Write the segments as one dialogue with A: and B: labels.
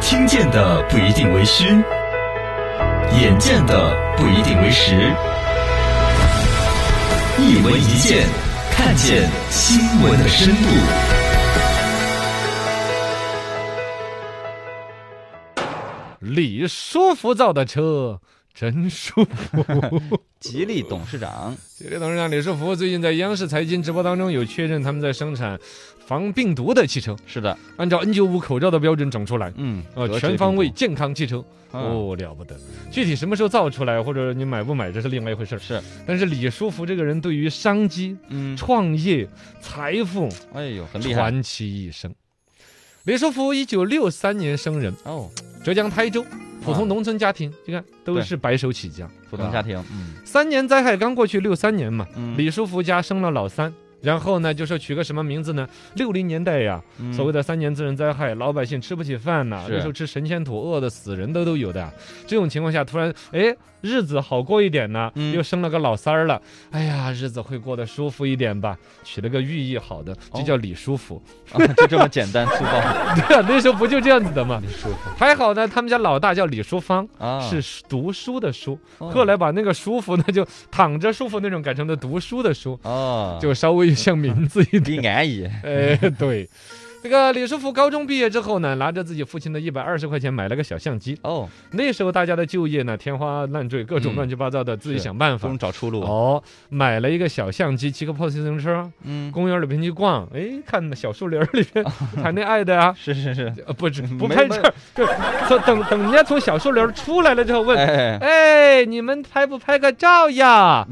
A: 听见的不一定为虚，眼见的不一定为实。一文一见，看见新闻的深度。
B: 李书福造的车真舒 服。
C: 吉利董事长，
B: 吉利董事长李书福最近在央视财经直播当中有确认，他们在生产防病毒的汽车，
C: 是的，
B: 按照 N95 口罩的标准整出来，
C: 嗯，
B: 呃，
C: 德
B: 全
C: 谁
B: 方位
C: 病啊
B: 健康汽车，
C: 毒
B: 哦，了不得。具体什么时候造出来，或者你买不买，这是另外一回事儿。
C: 是，
B: 但是李书福这个人对于商机、
C: 嗯，
B: 创业、财富
C: 哎呦，很厉害
B: 传奇一生。李书福一九六三年生人，
C: 哦，
B: 浙江台州，普
C: 啊
B: 通农村家庭，你看都
C: 对
B: 是白手起家，
C: 普通
B: 啊
C: 家庭，嗯
B: 三年灾害刚过去，六三年嘛，
C: 嗯，
B: 李书福家生了老三。然后呢，就说取个什么名字呢？六零年代呀，
C: 嗯
B: 所谓的三年自然灾害，老百姓吃不起饭呐、
C: 是
B: 那时候吃神仙土，饿的死人的都有的。这种情况下，突然哎，日子好过一点呢，
C: 嗯
B: 又生了个老三儿了，哎呀，日子会过得舒服一点吧？取了个寓意好的，就
C: 哦
B: 叫李书福。
C: 啊就这么简单粗暴，
B: 对啊，那时候不就这样子的吗？
C: 李书福
B: 还好呢，他们家老大叫李书芳，
C: 啊，
B: 是读书的书，
C: 哦
B: 后来把那个舒服，那就躺着舒服那种改成了读书的书，
C: 哦，
B: 就稍微像名字 一点。
C: 李安逸，
B: 哎，对，这个李书福高中毕业之后呢，拿着自己父亲的一百二十块钱买了个小相机。
C: 哦，
B: 那时候大家的就业呢，天花乱坠，各种
C: 嗯
B: 乱七八糟的，自己
C: 是
B: 想办法
C: 中。找出路，
B: 哦，买了一个小相机，骑个破自行车，
C: 嗯，
B: 公园里边去逛，哎，看小树林儿里 边谈恋爱的啊，
C: 是是是，
B: 呃，不是不
C: 没
B: 拍
C: 没
B: 这儿，对，从等等人家从小树林儿出来了之后问，
C: 哎，
B: 哎，你们拍不拍个照 呀？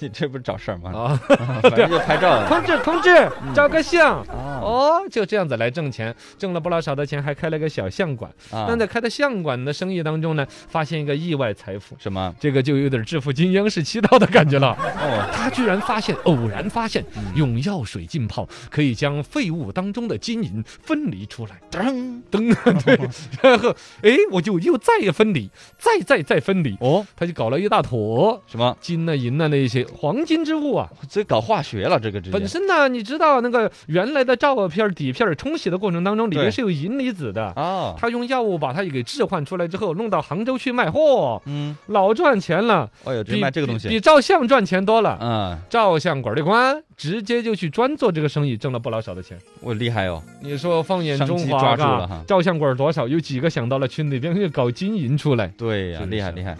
C: 你这不是找事儿吗？
B: 啊，
C: 反正就拍 照
B: 同志同志，照个相。
C: 啊
B: 嗯哦，就这样子来挣钱，挣了不老少的钱，还开了个小相馆。
C: 啊，
B: 但在开的相馆的生意当中呢，发现一个意外财富，
C: 什么？
B: 这个就有点致富经央视七套的感觉了。
C: 哦，
B: 他居然发现，偶然发现，
C: 嗯
B: 用药水浸泡可以将废物当中的金银分离出来。
C: 噔
B: 噔， 对，然后，哎，我就又再分离，再再再分离，
C: 哦，
B: 他就搞了一大坨。
C: 什么？
B: 金呐、银呐、那些黄金之物啊，
C: 这搞化学了，这个直
B: 本
C: 接
B: 身呢，你知道那个原来的照片底片冲洗的过程当中，里面
C: 对
B: 是有银离子的，
C: 啊，
B: 他用药物把它给置换出来之后，弄到杭州去卖，嚯，
C: 嗯，
B: 老赚钱了，
C: 哦呦，
B: 比
C: 直卖这个东
B: 比
C: 西，
B: 比照相赚钱多了。
C: 嗯，
B: 照相馆的官直接就去专做这个生意，挣了不老少的钱。
C: 我厉害哦，
B: 你说放眼
C: 商
B: 中
C: 机
B: 华，
C: 抓住了哈
B: 嘎照相馆多少？有几个想到了去那边去搞金银出来？
C: 对呀，
B: 是
C: 厉害
B: 是
C: 厉害，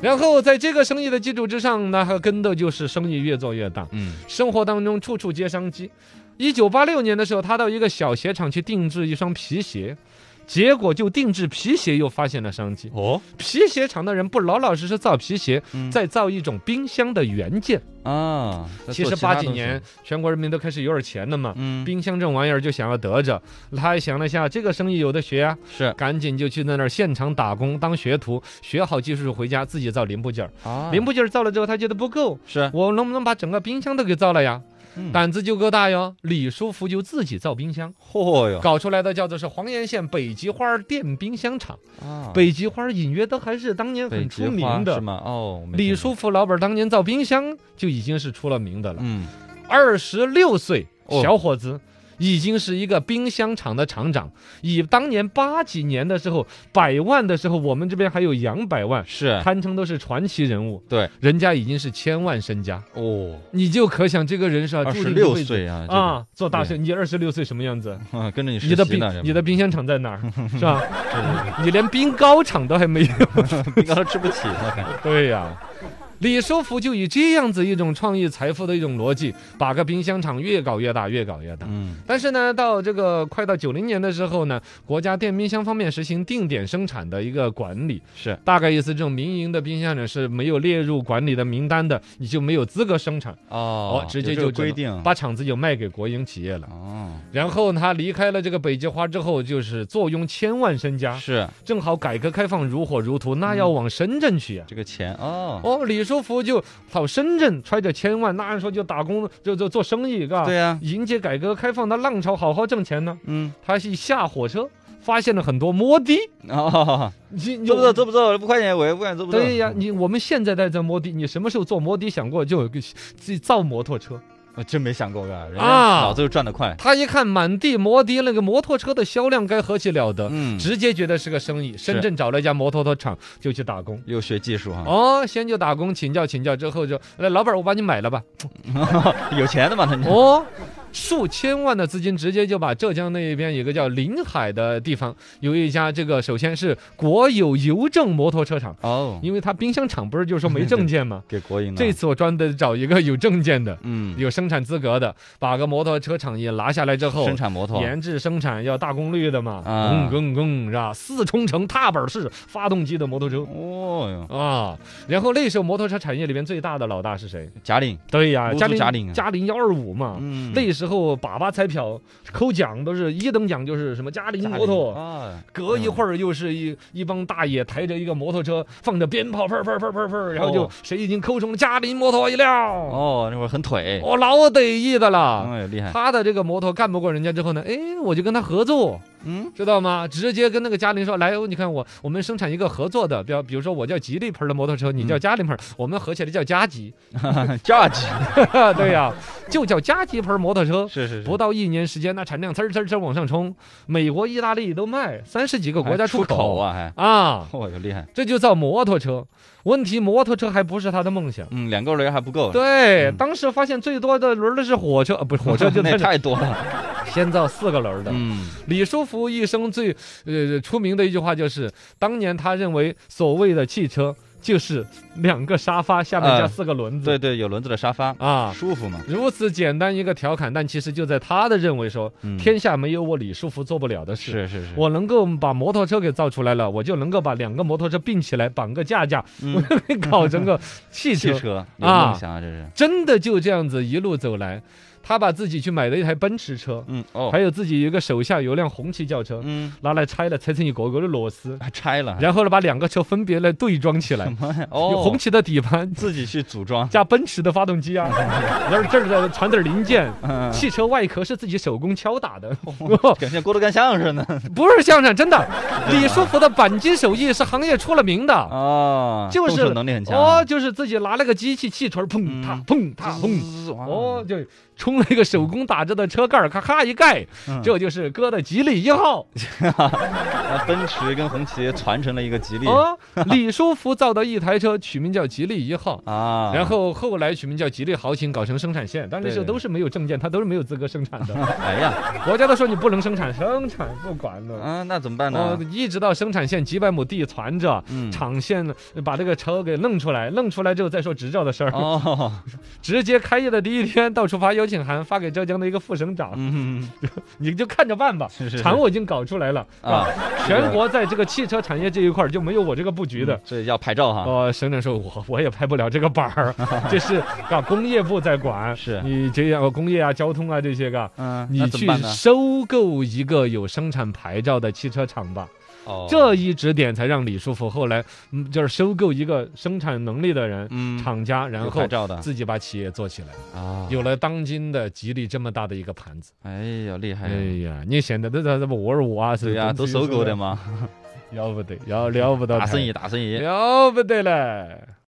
B: 然后在这个生意的基础之上呢，还跟的就是生意越做越大。
C: 嗯，
B: 生活当中处处皆商机。一九八六年的时候，他到一个小鞋厂去定制一双皮鞋，结果就定制皮鞋又发现了商机。
C: 哦，
B: 皮鞋厂的人不老老实实造皮鞋，
C: 嗯
B: 再造一种冰箱的原件。
C: 啊，再
B: 其
C: 做
B: 实
C: 他
B: 八几
C: 东西
B: 年，全国人民都开始有点钱了嘛。
C: 嗯，
B: 冰箱这种玩意儿就想要得着，他想了下，这个生意有的学呀、
C: 是
B: 赶紧就去在那儿现场打工当学徒，学好技术回家自己造零部件儿。
C: 啊
B: 零部件儿造了之后，他觉得不够，
C: 是，
B: 我能不能把整个冰箱都给造了呀？
C: 嗯
B: 胆子就够大哟。李书福就自己造冰箱，
C: 嚯哟，
B: 搞出来的叫做是黄岩县北极花电冰箱厂。
C: 啊
B: 北极花隐约都还是当年
C: 北
B: 很
C: 极
B: 出
C: 花
B: 名
C: 是
B: 的。
C: 吗？哦，我没
B: 李
C: 听
B: 书
C: 过，
B: 福老板当年造冰箱就已经是出了名的了。
C: 嗯，
B: 二十六岁
C: 哦
B: 小伙子。已经是一个冰箱厂的厂长，以当年八几年的时候，百万的时候，我们这边还有杨百万，
C: 是
B: 堪称都是传奇人物。
C: 哎对，
B: 人家已经是千万身家，
C: 哦，
B: 你就可想这个人是吧？
C: 二
B: 注
C: 十
B: 定
C: 六
B: 一辈子
C: 岁啊，这个
B: 啊，做大事！你二十六岁什么样子？
C: 啊， 跟着你
B: 你
C: 实
B: 的
C: 习呢，
B: 冰 你的冰箱厂在哪儿？是吧？你连冰糕厂都 还没有。
C: 冰糕都吃不起了，
B: 对呀、李书福就以这样子一种创意财富的一种逻辑，把个冰箱厂越搞越大，越搞越大。
C: 嗯，
B: 但是呢，到这个快到九零年的时候呢，国家电冰箱方面实行定点生产的一个管理，
C: 是
B: 大概意思，这种民营的冰箱厂是没有列入管理的名单的，你就没有资格生产，
C: 哦
B: 哦，直接
C: 有这
B: 就
C: 个
B: 只
C: 规
B: 能
C: 定，
B: 把厂子就卖给国营企业了。
C: 哦，
B: 然后他离开了这个北极花之后，就是坐拥千万身家，
C: 是
B: 正好改革开放如火如荼，那要往深圳去呀、
C: 这个钱哦，
B: 哦，李书福就到深圳，揣着千万，那按说就打工，就就做生意，嘎，
C: 对呀，
B: 迎接改革开放的浪潮，好好挣钱呢。
C: 嗯，
B: 他一下火车，发现了很多摩的，
C: 哦，
B: 你你
C: 走不走？走不走？不快点，我也不敢走不走？
B: 对呀，你我们现在在这摩的，你什么时候坐摩的想过就自己造摩托车？
C: 我真没想过啊，人家
B: 啊
C: 脑子又转得快。
B: 他一看满地摩的那个摩托车的销量该何其了得，
C: 嗯，
B: 直接觉得是个生意。深圳找了一家摩托车厂就去打工。
C: 又学技术哈，
B: 哦，先就打工请教请教，之后就来老板，我把你买了吧。
C: 有钱的嘛他。
B: 哦，数千万的资金直接就把浙江那边有个叫临海的地方，有一家这个首先是国有邮政摩托车厂，
C: 哦，？
B: 因为他冰箱厂不是就说没证件吗
C: 给国营的。啊
B: 这次我专门找一个有证件的、
C: 嗯，
B: 有生产资格的，把个摩托车厂也拿下来之后
C: 生。产摩托，
B: 研制生产要大功率的嘛，
C: 啊
B: 嗯嗯嗯，是吧？四冲程踏板式发动机的摩托车
C: 哦哟，
B: 啊，然后那时候摩托车产业里边最大的老大是谁？
C: 贾玲，
B: 对呀，
C: 露出
B: 嘉陵
C: 嘉陵啊
B: 嘉陵幺二五嘛，
C: 嗯
B: 那时候粑粑彩票抽奖都是一等奖就是什么嘉陵摩托，
C: 啊，
B: 隔一会儿又是一一帮大爷抬着一个摩托车，放着鞭炮，砰砰砰砰砰，然后就
C: 哦
B: 谁已经抽中了嘉陵摩托一辆，
C: 哦，那会儿很腿，
B: 我老得意的了。
C: 哎，厉害，
B: 他的这个摩托干不过人家之后呢，哎，我就跟他合作，
C: 嗯，
B: 知道吗？直接跟那个嘉陵说，来，你看我我们生产一个合作的，比方比如说我叫吉利牌的摩托车，你叫嘉陵牌，我们合起来叫嘉吉，
C: judge，
B: 对呀、就叫嘉吉牌摩托车。
C: 是是
B: 不到一年时间，那产量呲儿呲儿呲儿往上冲，美国、意大利都卖，三十几个国家
C: 出
B: 口
C: 口！啊，还，
B: 啊，
C: 哦哟，厉害，
B: 这就造摩托车。问题摩托车还不是他的梦想。
C: 嗯，两个人还不够，
B: 对，
C: 嗯
B: 当时发现最多的轮儿的是火车，啊、不是火车 就
C: 那
B: 在这
C: 太多了，
B: 先造四个轮儿的。
C: 嗯，
B: 李书福一生最呃出名的一句话就是，当年他认为所谓的汽车就是两个沙发下面加
C: 呃
B: 四个轮子。
C: 对对，有轮子的沙发，
B: 啊，
C: 舒服嘛，
B: 如此简单一个调侃，但其实就在他的认为说，
C: 嗯，
B: 天下没有我李书福做不了的事。
C: 是是是，
B: 我能够把摩托车给造出来了，我就能够把两个摩托车并起来，绑个架架，
C: 嗯
B: 我就可以搞成 个汽车。
C: 汽车有
B: 啊
C: 梦想啊，这是，
B: 真的就这样子一路走来，他把自己去买了一台奔驰车，
C: 嗯，哦，
B: 还有自己有一个手下有辆红旗轿车，
C: 嗯，
B: 拿来拆了，拆成一个个的螺丝，
C: 还拆了，
B: 然后呢把两个车分别来对装起来，有
C: 哦，
B: 红旗的底盘
C: 自己去组 装，
B: 加奔驰的发动 机啊，然后这儿的传点零件。
C: 嗯，
B: 汽车外壳是自己手工敲打的，
C: 感觉郭德纲相声呢，
B: 不是相声，真的。李书福的钣金手艺是行业出了名的。
C: 哦，
B: 啊就是
C: 动手能力很强，
B: 哦，就是自己拿了个机器气锤，
C: 嗯
B: 砰踏砰踏砰，
C: 嗯，
B: 哦，就冲了一个手工打制的车盖儿，咔咔一盖，
C: 嗯
B: 这就是哥的吉利一号。
C: 那奔驰跟红旗传承了一个吉利
B: 哦，李书福造的一台车取名叫吉利一号。
C: 啊，
B: 然后后来取名叫吉利豪情，搞成生产线，但那时候
C: 对对
B: 都是没有证件，他都是没有资格生产的。
C: 哎呀，
B: 国家都说你不能生产，生产不管了。
C: 嗯，那怎么办
B: 哦
C: 呢？，
B: 一直到生产线几百亩地传着，
C: 嗯，
B: 厂线把这个车给弄出来，弄出来之后再说执照的事儿。
C: 哦，
B: 直接开业的第一天到处发邀请函，发给浙江的一个副省长，
C: 嗯，
B: 你就看着办吧。
C: 是是是
B: 厂我已经搞出来了，是吧？
C: 啊，
B: 全国在这个汽车产业这一块儿就没有我这个布局的。
C: 所以要拍照哈，
B: 呃，省长说我我也拍不了这个板 儿，这是啊工业部在管，
C: 是
B: 你这样工业啊、交通啊这些个。
C: 嗯，
B: 你
C: 那怎
B: 去
C: 么办呢？
B: 收购一个有生产牌照的汽车厂吧，
C: 哦，
B: 这一指点才让李书福后来，嗯，就是收购一个生产能力的人、
C: 嗯，
B: 厂家，然
C: 有
B: 后
C: 拍照的
B: 自己把企业做起来。
C: 啊，
B: 有了当今的吉利这么大的一个盘子，
C: 哎呀，厉害
B: 哎，呀，你现在都在这么沃尔沃啊，
C: 对
B: 是
C: 呀，
B: 公
C: 都
B: 司
C: 收购
B: 是
C: 的
B: 吧，
C: 嘛，
B: 了不得，了了不得，
C: 打生意，打生意，
B: 了不得嘞。